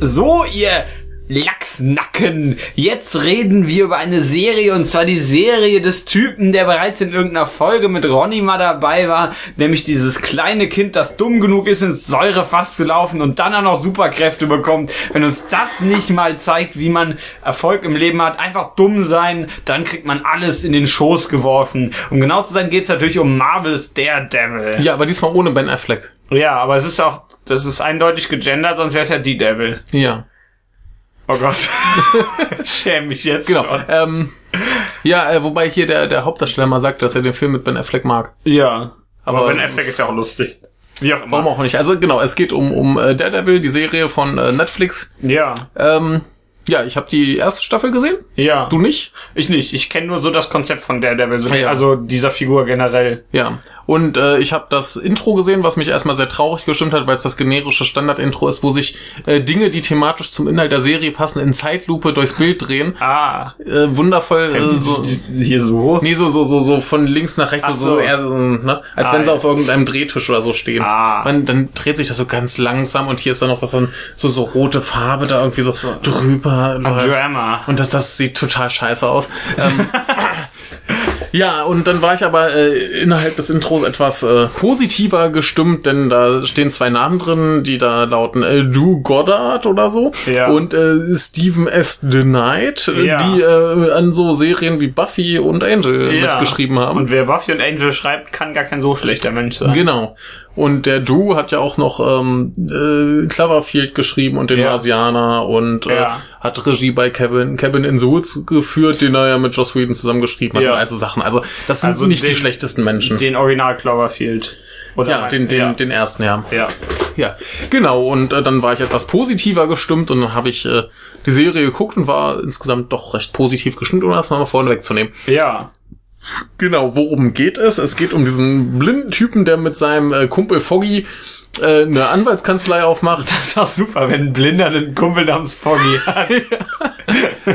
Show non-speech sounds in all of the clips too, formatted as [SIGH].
So, ihr Lachsnacken. Jetzt reden wir über eine Serie und zwar die Serie des Typen, der bereits in irgendeiner Folge mit Ronny mal dabei war, nämlich dieses kleine Kind, das dumm genug ist, ins Säurefass zu laufen und dann auch noch Superkräfte bekommt. Wenn uns das nicht mal zeigt, wie man Erfolg im Leben hat, einfach dumm sein, dann kriegt man alles in den Schoß geworfen. Um genau zu sein, geht's natürlich um Marvels Daredevil. Ja, aber diesmal ohne Ben Affleck. Ja, aber es ist auch, das ist eindeutig gegendert, sonst wär's ja die Devil. Ja. Oh Gott. [LAUGHS] Ich Schäme mich jetzt. Genau. Schon. Ähm, ja, äh, wobei hier der, der Hauptdarsteller mal sagt, dass er den Film mit Ben Affleck mag. Ja. Aber, Aber- Ben Affleck ist ja auch lustig. Wie auch immer. Warum auch nicht? Also genau, es geht um, um äh, Daredevil, die Serie von äh, Netflix. Ja. Ähm, ja, ich habe die erste Staffel gesehen. Ja. Du nicht? ich nicht. Ich kenne nur so das Konzept von Daredevil. So, Ja. Also dieser Figur generell. Ja. Und äh, ich habe das Intro gesehen, was mich erstmal sehr traurig gestimmt hat, weil es das generische Standard-Intro ist, wo sich äh, Dinge, die thematisch zum Inhalt der Serie passen, in Zeitlupe durchs Bild drehen. Ah. Äh, wundervoll. Äh, so, Hier so. nee, so, so, so, so von links nach rechts, Ach so, so so. eher so, ne? Als Ah, wenn sie ja. auf irgendeinem Drehtisch oder so stehen. Ah. Man, dann dreht sich das so ganz langsam und hier ist dann noch das dann so, so rote Farbe da irgendwie so drüber. läuft. Drama. Und das, das sieht total scheiße aus. [LAUGHS] Ähm, ja, und dann war ich aber äh, innerhalb des Intros etwas äh, positiver gestimmt, denn da stehen zwei Namen drin, die da lauten äh, Lou Goddard oder so Ja. und äh, Stephen S. The Knight, äh, Ja. die äh, an so Serien wie Buffy und Angel Ja. mitgeschrieben haben. Und wer Buffy und Angel schreibt, kann gar kein so schlechter Mensch sein. Genau. Und der Drew hat ja auch noch ähm, äh, Cloverfield geschrieben und den Ja. Marsianer und äh, Ja. hat Regie bei Kevin Kevin in Suits geführt, den er ja mit Joss Whedon zusammen geschrieben hat Ja. und all so Sachen. Also das sind Also nicht die den- schlechtesten Menschen. Den Original Cloverfield. Oder ja, den, den, ja. den ersten, ja. ja. Ja, genau. Und äh, dann war ich etwas positiver gestimmt und dann habe ich äh, die Serie geguckt und war insgesamt doch recht positiv gestimmt, um das mal vorne wegzunehmen. Ja. Genau, worum geht es? Es geht um diesen blinden Typen, der mit seinem äh, Kumpel Foggy äh, eine Anwaltskanzlei aufmacht. [LAUGHS] Das ist auch super, wenn ein Blinder einen Kumpel namens Foggy hat.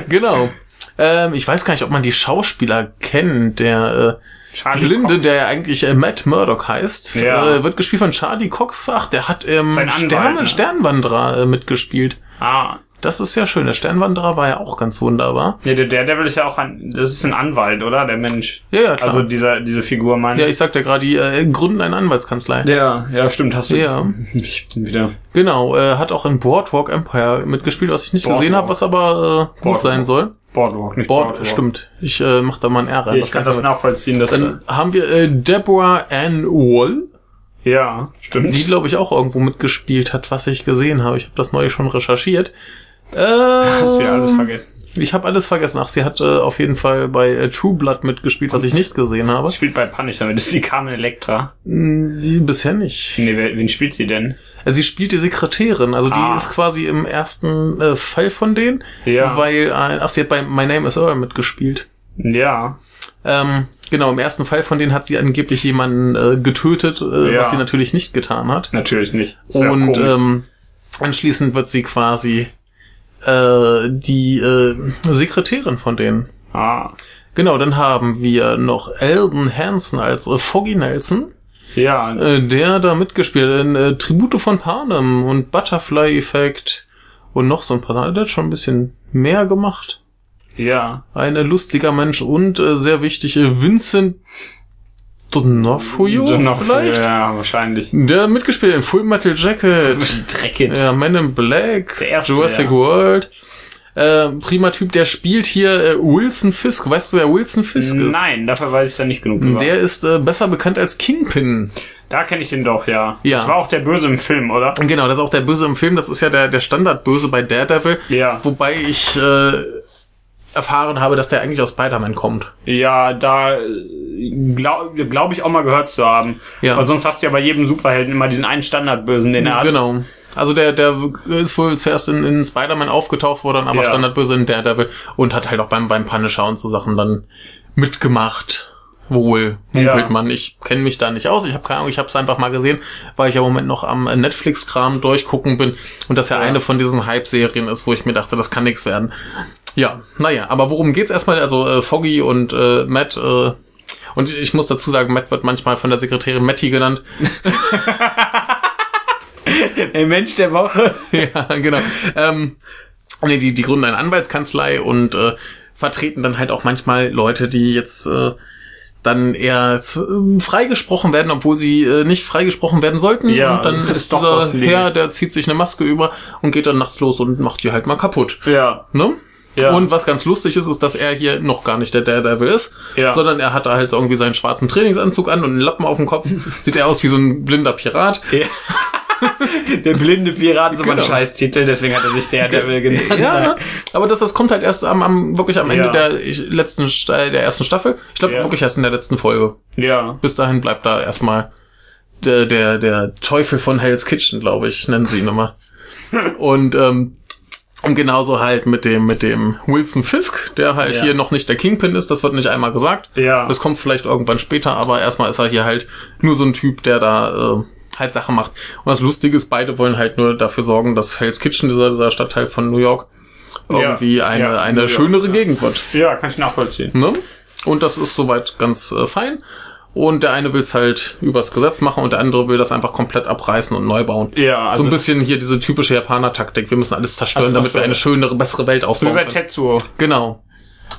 genau. Ähm, ich weiß gar nicht, ob man die Schauspieler kennt. Der äh, Charlie Blinde, Cox. der ja eigentlich äh, Matt Murdock heißt, Ja. äh, wird gespielt von Charlie Cox. Ach, der hat im Sein Anwalt, Stern ne? Sternwanderer äh, mitgespielt. Ah. Das ist ja schön. Der Sternwanderer war ja auch ganz wunderbar. Nee, der Daredevil ist ja auch ein, das ist ein Anwalt, oder? Der Mensch. Ja, ja, klar. Also dieser, diese Figur meint. ja, ich sagte gerade, die äh, gründen eine Anwaltskanzlei. ja, ja, stimmt, hast du. Ja. [LAUGHS] Ich bin wieder. Genau, äh, hat auch in Boardwalk Empire mitgespielt, was ich nicht Boardwalk. gesehen habe, was aber äh, gut Boardwalk. sein soll. Boardwalk, nicht Board, Boardwalk. stimmt. Ich äh, mach da mal ein R rein. Ja, was ich kann kann das ich nachvollziehen, dass. damit- Dann haben wir äh, Deborah Ann Wall, ja, stimmt. die glaube ich auch irgendwo mitgespielt hat, was ich gesehen habe. Ich habe das neue schon recherchiert. Äh, [LAUGHS] hast wieder alles vergessen. ich habe alles vergessen. Ach, sie hat äh, auf jeden Fall bei äh, True Blood mitgespielt, was ich nicht gesehen habe. Spielt bei Punisher mit. Das ist die Carmen Electra. Hm, Bisher nicht. Äh, Nee, wer, wen spielt sie denn? Sie spielt die Sekretärin, also die Ah. ist quasi im ersten äh, Fall von denen, Ja. weil ein, ach, sie hat bei My Name is Earl mitgespielt. Ja. Ähm, genau, im ersten Fall von denen hat sie angeblich jemanden äh, getötet, äh, Ja. was sie natürlich nicht getan hat. Natürlich nicht. Das wär Und komisch. ähm, anschließend wird sie quasi äh, die äh, Sekretärin von denen. ah. Genau, dann haben wir noch Eldon Hansen als äh, Foggy Nelson, Ja. äh, der da mitgespielt hat in äh, Tribute von Panem und Butterfly Effect und noch so ein paar. Der hat schon ein bisschen mehr gemacht. ja. Ein äh, lustiger Mensch und äh, sehr wichtig, äh, Vincent D'Onofrio vielleicht? Äh, Ja, wahrscheinlich. Der hat mitgespielt in Full Metal [LAUGHS] Jacket, Dreckig. ja, Man in Black, Der erste, Jurassic ja. World. Äh, prima Typ, der spielt hier äh, Wilson Fisk. Weißt du, wer Wilson Fisk ist? Nein, dafür weiß ich da nicht genug über. Der ist äh, besser bekannt als Kingpin. Da kenne ich den doch, ja. Ja. Das war auch der Böse im Film, oder? Genau, das ist auch der Böse im Film. Das ist ja der, der Standardböse bei Daredevil. Ja. Wobei ich äh, erfahren habe, dass der eigentlich aus Spider-Man kommt. Ja, da glaube glaub ich auch mal gehört zu haben. Ja. Aber sonst hast du ja bei jedem Superhelden immer diesen einen Standardbösen, den er hat. Genau. Also der, der ist wohl zuerst in, in Spider-Man aufgetaucht, wurde dann aber Ja. standardböse in Daredevil und hat halt auch beim, beim Punisher und so Sachen dann mitgemacht. Wohl, munkelt Ja. man. Ich kenne mich da nicht aus. Ich habe keine Ahnung, ich habe es einfach mal gesehen, weil ich ja im Moment noch am äh, Netflix-Kram durchgucken bin und das ja, Ja. eine von diesen Hype-Serien ist, wo ich mir dachte, das kann nichts werden. Ja, naja, aber worum geht's erstmal? Also äh, Foggy und äh, Matt äh, und ich muss dazu sagen, Matt wird manchmal von der Sekretärin Matty genannt. Der Mensch der Woche. [LAUGHS] ja, genau. Ähm, nee, die, die gründen eine Anwaltskanzlei und äh, vertreten dann halt auch manchmal Leute, die jetzt äh, dann eher z- ähm, freigesprochen werden, obwohl sie äh, nicht freigesprochen werden sollten. Ja, und dann ist ist doch was dieser Leben. Herr, der zieht sich eine Maske über und geht dann nachts los und macht die halt mal kaputt. Ja. Ne? Ja. Und was ganz lustig ist, ist, dass er hier noch gar nicht der Daredevil ist, Ja. sondern er hat da halt irgendwie seinen schwarzen Trainingsanzug an und einen Lappen auf [LAUGHS] dem Kopf. Sieht er aus wie so ein blinder Pirat. Ja. Der blinde Pirat ist immer Genau. ein Scheißtitel, deswegen hat er sich der Devil genannt. [LAUGHS] Ja, ne? aber das, das kommt halt erst am, am wirklich am Ende Ja. der ich- letzten Sta- der ersten Staffel. Ich glaube Ja. wirklich erst in der letzten Folge. ja. Bis dahin bleibt da erstmal der der der Teufel von Hell's Kitchen, glaube ich, nennen sie [LAUGHS] ihn immer. Und ähm, und genauso halt mit dem mit dem Wilson Fisk, der halt Ja. hier noch nicht der Kingpin ist, das wird nicht einmal gesagt. Ja. Das kommt vielleicht irgendwann später, aber erstmal ist er hier halt nur so ein Typ, der da äh, halt Sachen macht. Und das Lustige ist, beide wollen halt nur dafür sorgen, dass Hell's Kitchen, dieser, dieser Stadtteil von New York, Ja. irgendwie eine, Ja, New eine York, schönere Gegend wird. ja, kann ich nachvollziehen. Ne? Und das ist soweit ganz äh, fein. Und der eine will es halt übers Gesetz machen und der andere will das einfach komplett abreißen und neu bauen. Ja, also- so ein bisschen hier diese typische Japaner-Taktik. Wir müssen alles zerstören, Ach so, damit so. wir eine schönere, bessere Welt So wie aufbauen bei können. Tetsuo. Genau.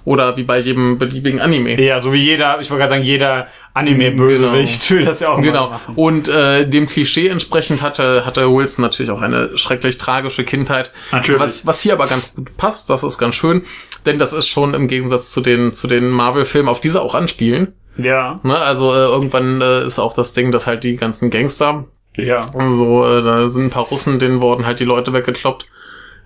Oder wie bei jedem beliebigen Anime. Ja, so wie jeder, ich wollte gerade sagen, jeder Anime-Bösewicht will das ja auch Genau. mal machen. Und äh, dem Klischee entsprechend hatte, hatte Wilson natürlich auch eine schrecklich tragische Kindheit. Natürlich. Was, was hier aber ganz gut passt, das ist ganz schön, denn das ist schon im Gegensatz zu den, zu den Marvel-Filmen, auf diese auch anspielen. Ja, Ne? Also äh, irgendwann äh, ist auch das Ding, dass halt die ganzen Gangster, ja. so, äh, da sind ein paar Russen, denen wurden halt die Leute weggekloppt.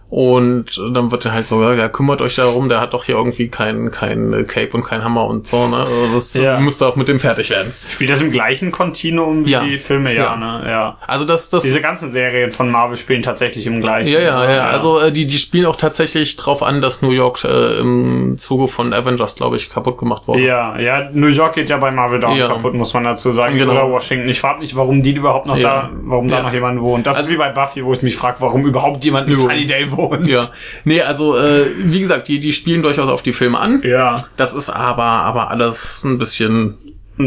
Und äh, dann wird dann halt so, ja, ja, kümmert euch darum, der hat doch hier irgendwie kein, kein äh, Cape und kein Hammer und so, ne? Also das Ja. müsst ihr auch mit dem fertig werden. Spielt das im gleichen Kontinuum wie Ja. die Filme, ja, Ja. ne? Ja. Also das, das Diese ganzen Serien von Marvel spielen tatsächlich im gleichen. Ja, ja, ja. Also äh, die, die spielen auch tatsächlich drauf an, dass New York äh, im Zuge von Avengers, glaube ich, kaputt gemacht wurde. Ja, ja, New York geht ja bei Marvel da Ja. kaputt, muss man dazu sagen. Genau. Oder Washington. Ich frage mich, warum die überhaupt noch da, Ja. warum da Ja. Also noch jemand wohnt. Das ist wie bei Buffy, wo ich mich frage, warum überhaupt jemand in Jo. Sunnydale wohnt. Ja. Nee, also äh, wie gesagt, die, die spielen durchaus auf die Filme an. Ja. Das ist aber, aber alles ein bisschen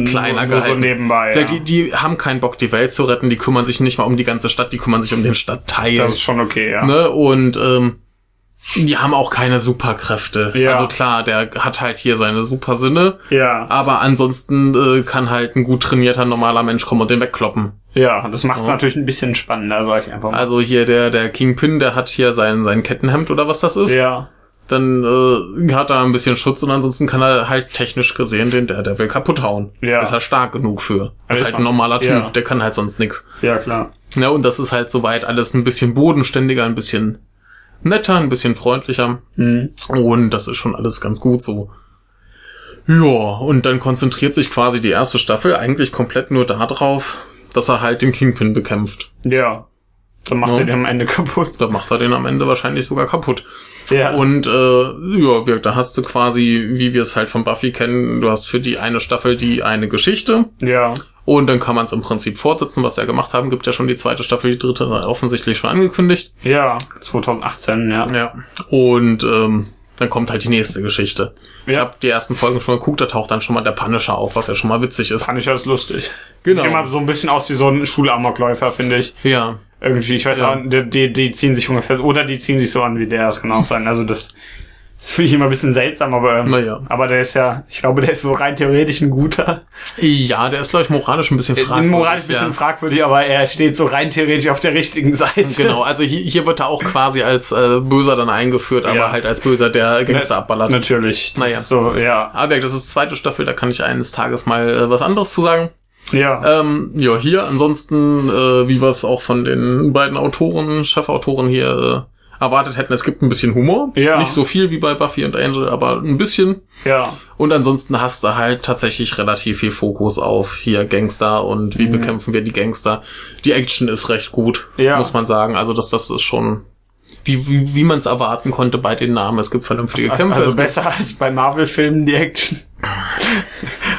kleiner nur, nur so gehalten. nebenbei. Weil Ja. die, die haben keinen Bock, die Welt zu retten, die kümmern sich nicht mal um die ganze Stadt, die kümmern sich um den Stadtteil. Das ist schon okay, ja. ne? Und ähm, die haben auch keine Superkräfte. Ja. Also klar, der hat halt hier seine Supersinne. Ja. Aber ansonsten äh, kann halt ein gut trainierter normaler Mensch kommen und den wegkloppen. Ja, das macht es natürlich ein bisschen spannender, sag ich einfach mal. Also hier der der Kingpin, der hat hier sein sein Kettenhemd oder was das ist. ja. Dann äh, hat er ein bisschen Schutz und ansonsten kann er halt technisch gesehen den der der will kaputt hauen. Ja. Ist er stark genug für. Also ist ist halt ein man- normaler Typ, ja. der kann halt sonst nix. Ja, klar. Ja, und das ist halt soweit alles ein bisschen bodenständiger, ein bisschen netter, ein bisschen freundlicher. Mhm. Und das ist schon alles ganz gut so. Ja, und dann konzentriert sich quasi die erste Staffel eigentlich komplett nur darauf, dass er halt den Kingpin bekämpft. Ja. Dann macht Ja. er den am Ende kaputt. Da macht er den am Ende wahrscheinlich sogar kaputt. Ja. Und äh, ja, wir- da hast du quasi, wie wir es halt von Buffy kennen, du hast für die eine Staffel die eine Geschichte ja. und dann kann man es im Prinzip fortsetzen, was sie ja gemacht haben. Gibt ja schon die zweite Staffel, die dritte offensichtlich schon angekündigt. Ja. 2018, ja. Ja. Und ähm, dann kommt halt die nächste Geschichte. Ich Ja. habe die ersten Folgen schon geguckt, da taucht dann schon mal der Punisher auf, was ja schon mal witzig ist. Fand ich alles lustig. Genau. Sieht immer so ein bisschen aus wie so ein Schulamokläufer, finde ich. Ja. Irgendwie, ich weiß Ja. auch, die, die, die ziehen sich ungefähr, oder die ziehen sich so an wie der, das kann auch sein. Also das, das finde ich immer ein bisschen seltsam, aber, ähm, Naja. aber der ist ja, ich glaube, der ist so rein theoretisch ein guter. Ja, der ist, glaube ich, moralisch ein bisschen Äh, fragwürdig. Moralisch ein bisschen ja. fragwürdig, aber er steht so rein theoretisch auf der richtigen [LAUGHS] Seite. Genau, also hier, hier wird er auch quasi als äh, Böser dann eingeführt, aber Ja. halt als Böser, der Gangster abballert. Natürlich. Das Naja. ist So, ja. Aber das ist die zweite Staffel, da kann ich eines Tages mal äh, was anderes zu sagen. Ja. Ähm, ja, hier ansonsten, äh, wie wir es auch von den beiden Autoren, Chefautoren hier äh, erwartet hätten, es gibt ein bisschen Humor. Ja. Nicht so viel wie bei Buffy und Angel, aber ein bisschen. ja. Und ansonsten hast du halt tatsächlich relativ viel Fokus auf hier Gangster und Mhm. wie bekämpfen wir die Gangster. Die Action ist recht gut, Ja. muss man sagen. Also das, das ist schon, wie, wie, wie man es erwarten konnte bei den Namen. Es gibt vernünftige Kämpfe. also es gibt- besser als bei Marvel-Filmen die [LAUGHS] Action.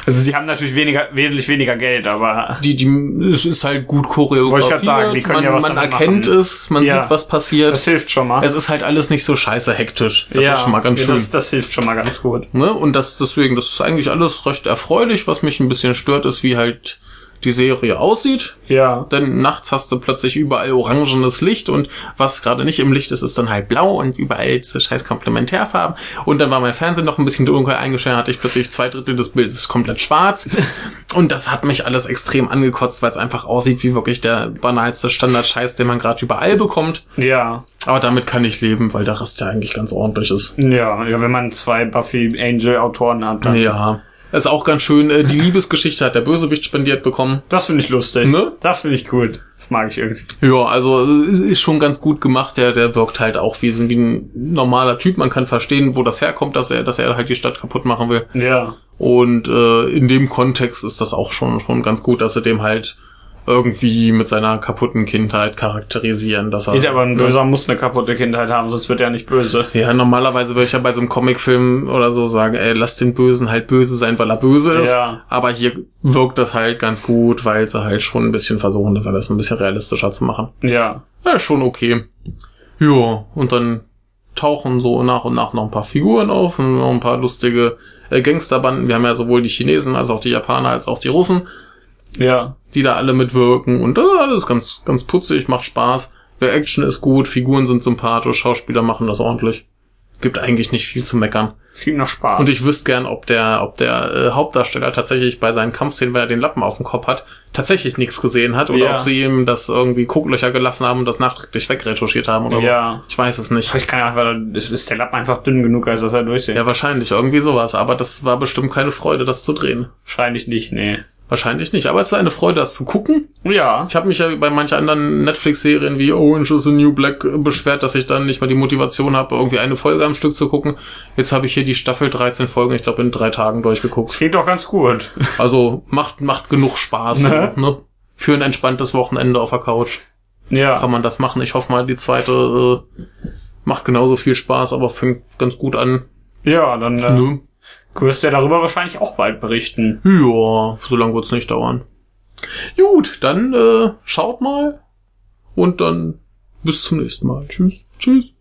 Also die haben natürlich weniger, wesentlich weniger Geld, aber die, die es ist halt ich gut grad choreografiert. sagen, die können man ja was man damit erkennt machen. es, man Ja. sieht, was passiert. das hilft schon mal. es ist halt alles nicht so scheiße hektisch. Das ist schon mal ganz ja, schön. Das, das hilft schon mal ganz gut. ne? Und das deswegen, das ist eigentlich alles recht erfreulich. Was mich ein bisschen stört, ist, wie halt die Serie aussieht. Ja. Denn nachts hast du plötzlich überall orangenes Licht und was gerade nicht im Licht ist, ist dann halt blau und überall diese scheiß Komplementärfarben. Und dann war mein Fernseher noch ein bisschen dunkel eingestellt, hatte ich plötzlich zwei Drittel des Bildes komplett schwarz. Und das hat mich alles extrem angekotzt, weil es einfach aussieht wie wirklich der banalste Standardscheiß, den man gerade überall bekommt. Ja. Aber damit kann ich leben, weil der Rest ja eigentlich ganz ordentlich ist. Ja, ja, wenn man zwei Buffy Angel Autoren hat, dann. Ja. Ist auch ganz schön. äh, Die Liebesgeschichte hat der Bösewicht spendiert bekommen. Das finde ich lustig. Ne? Das finde ich gut. Das mag ich irgendwie. Ja, also äh, ist schon ganz gut gemacht. Der, der wirkt halt auch wie, wie ein normaler Typ. Man kann verstehen, wo das herkommt, dass er, dass er halt die Stadt kaputt machen will. Ja. Und äh, in dem Kontext ist das auch schon, schon ganz gut, dass sie dem halt irgendwie mit seiner kaputten Kindheit charakterisieren, dass er. Geht aber ein ne? Böser muss eine kaputte Kindheit haben, sonst wird er nicht böse. Ja, normalerweise würde ich ja bei so einem Comicfilm oder so sagen, ey, lass den Bösen halt böse sein, weil er böse ist. Ja. Aber hier wirkt das halt ganz gut, weil sie halt schon ein bisschen versuchen, das alles ein bisschen realistischer zu machen. Ja. Ja, schon okay. Ja, und dann tauchen so nach und nach noch ein paar Figuren auf und noch ein paar lustige äh, Gangsterbanden. Wir haben ja sowohl die Chinesen als auch die Japaner als auch die Russen, Ja. die da alle mitwirken und das ist alles ganz, ganz putzig, macht Spaß. Der Action ist gut, Figuren sind sympathisch, Schauspieler machen das ordentlich. Gibt eigentlich nicht viel zu meckern. Klingt noch Spaß. Und ich wüsste gern, ob der, ob der äh, Hauptdarsteller tatsächlich bei seinen Kampfszenen, wenn er den Lappen auf dem Kopf hat, tatsächlich nichts gesehen hat oder Ja. ob sie ihm das irgendwie Kuglöcher gelassen haben und das nachträglich wegretuschiert haben oder Ja. so. Ich weiß es nicht. Vielleicht kann er einfach, ist- ist der Lappen einfach dünn genug, als dass er durchsehen. Ja, wahrscheinlich irgendwie sowas, aber das war bestimmt keine Freude, das zu drehen. Wahrscheinlich nicht, nee. Wahrscheinlich nicht, aber es ist eine Freude, das zu gucken. Ja. Ich habe mich ja bei manchen anderen Netflix-Serien wie Orange is the New Black äh, beschwert, dass ich dann nicht mal die Motivation habe, irgendwie eine Folge am Stück zu gucken. Jetzt habe ich hier die Staffel 13 Folgen, ich glaube, in drei Tagen durchgeguckt. Klingt doch ganz gut. Also macht, macht genug Spaß. Ne? Ne? Für ein entspanntes Wochenende auf der Couch Ja. kann man das machen. Ich hoffe mal, die zweite äh, macht genauso viel Spaß, aber fängt ganz gut an. Ja, dann äh, Ne? wirst du ja darüber wahrscheinlich auch bald berichten. Ja, so lange wird's nicht dauern. Gut, dann äh, schaut mal und dann bis zum nächsten Mal. Tschüss. Tschüss.